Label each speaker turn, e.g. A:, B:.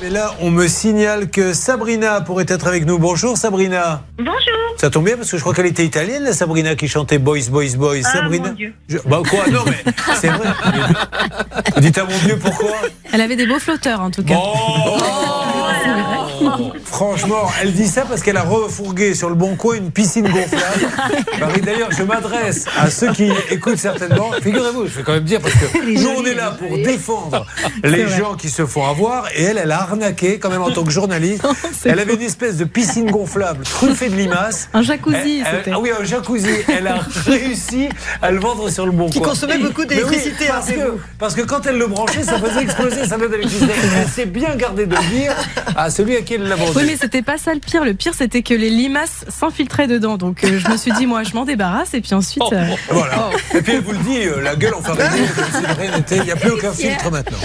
A: Et là, on me signale que Sabrina pourrait être avec nous. Bonjour Sabrina.
B: Bonjour.
A: Ça tombe bien parce que je crois qu'elle était italienne, la Sabrina qui chantait Boys, Boys, Boys.
B: Ah,
A: Sabrina.
B: mon Dieu.
A: Je- Bah quoi Non mais c'est vrai. Vous dites à mon Dieu pourquoi
C: Elle avait des beaux flotteurs en tout cas.
A: Oh Franchement, elle dit ça parce qu'elle a refourgué sur le bon coin une piscine gonflable. Marie, d'ailleurs, je m'adresse à ceux qui écoutent certainement. Figurez-vous, je vais quand même dire parce que nous, on est là pour défendre les gens qui se font avoir. Et elle, elle a arnaqué quand même en tant que journaliste.
C: c'est
A: Elle avait une espèce de piscine gonflable truffée de limaces.
C: Un jacuzzi,
A: Elle- elle-
C: c'était.
A: ah oui, un jacuzzi. Elle a réussi à le vendre sur le bon
D: Qui
A: coin.
D: consommait beaucoup
A: Mais oui,
D: d'électricité. hein,
A: parce,
D: c'est
A: que,
D: vous.
A: parce que quand elle le branchait, ça faisait exploser sa note d'électricité. Elle s'est bien gardée de le dire à celui à qui elle l'a vendu.
C: Oui, mais c'était pas ça le pire. Le pire, c'était que les limaces s'infiltraient dedans. Donc, euh, je me suis dit, moi, je m'en débarrasse. Et puis ensuite,
A: Oh,
C: euh,
D: hein.
A: Voilà. Et puis elle vous le dit, euh, la gueule en fin de gueule, comme si de rien n'était. Il n'y a plus aucun filtre maintenant.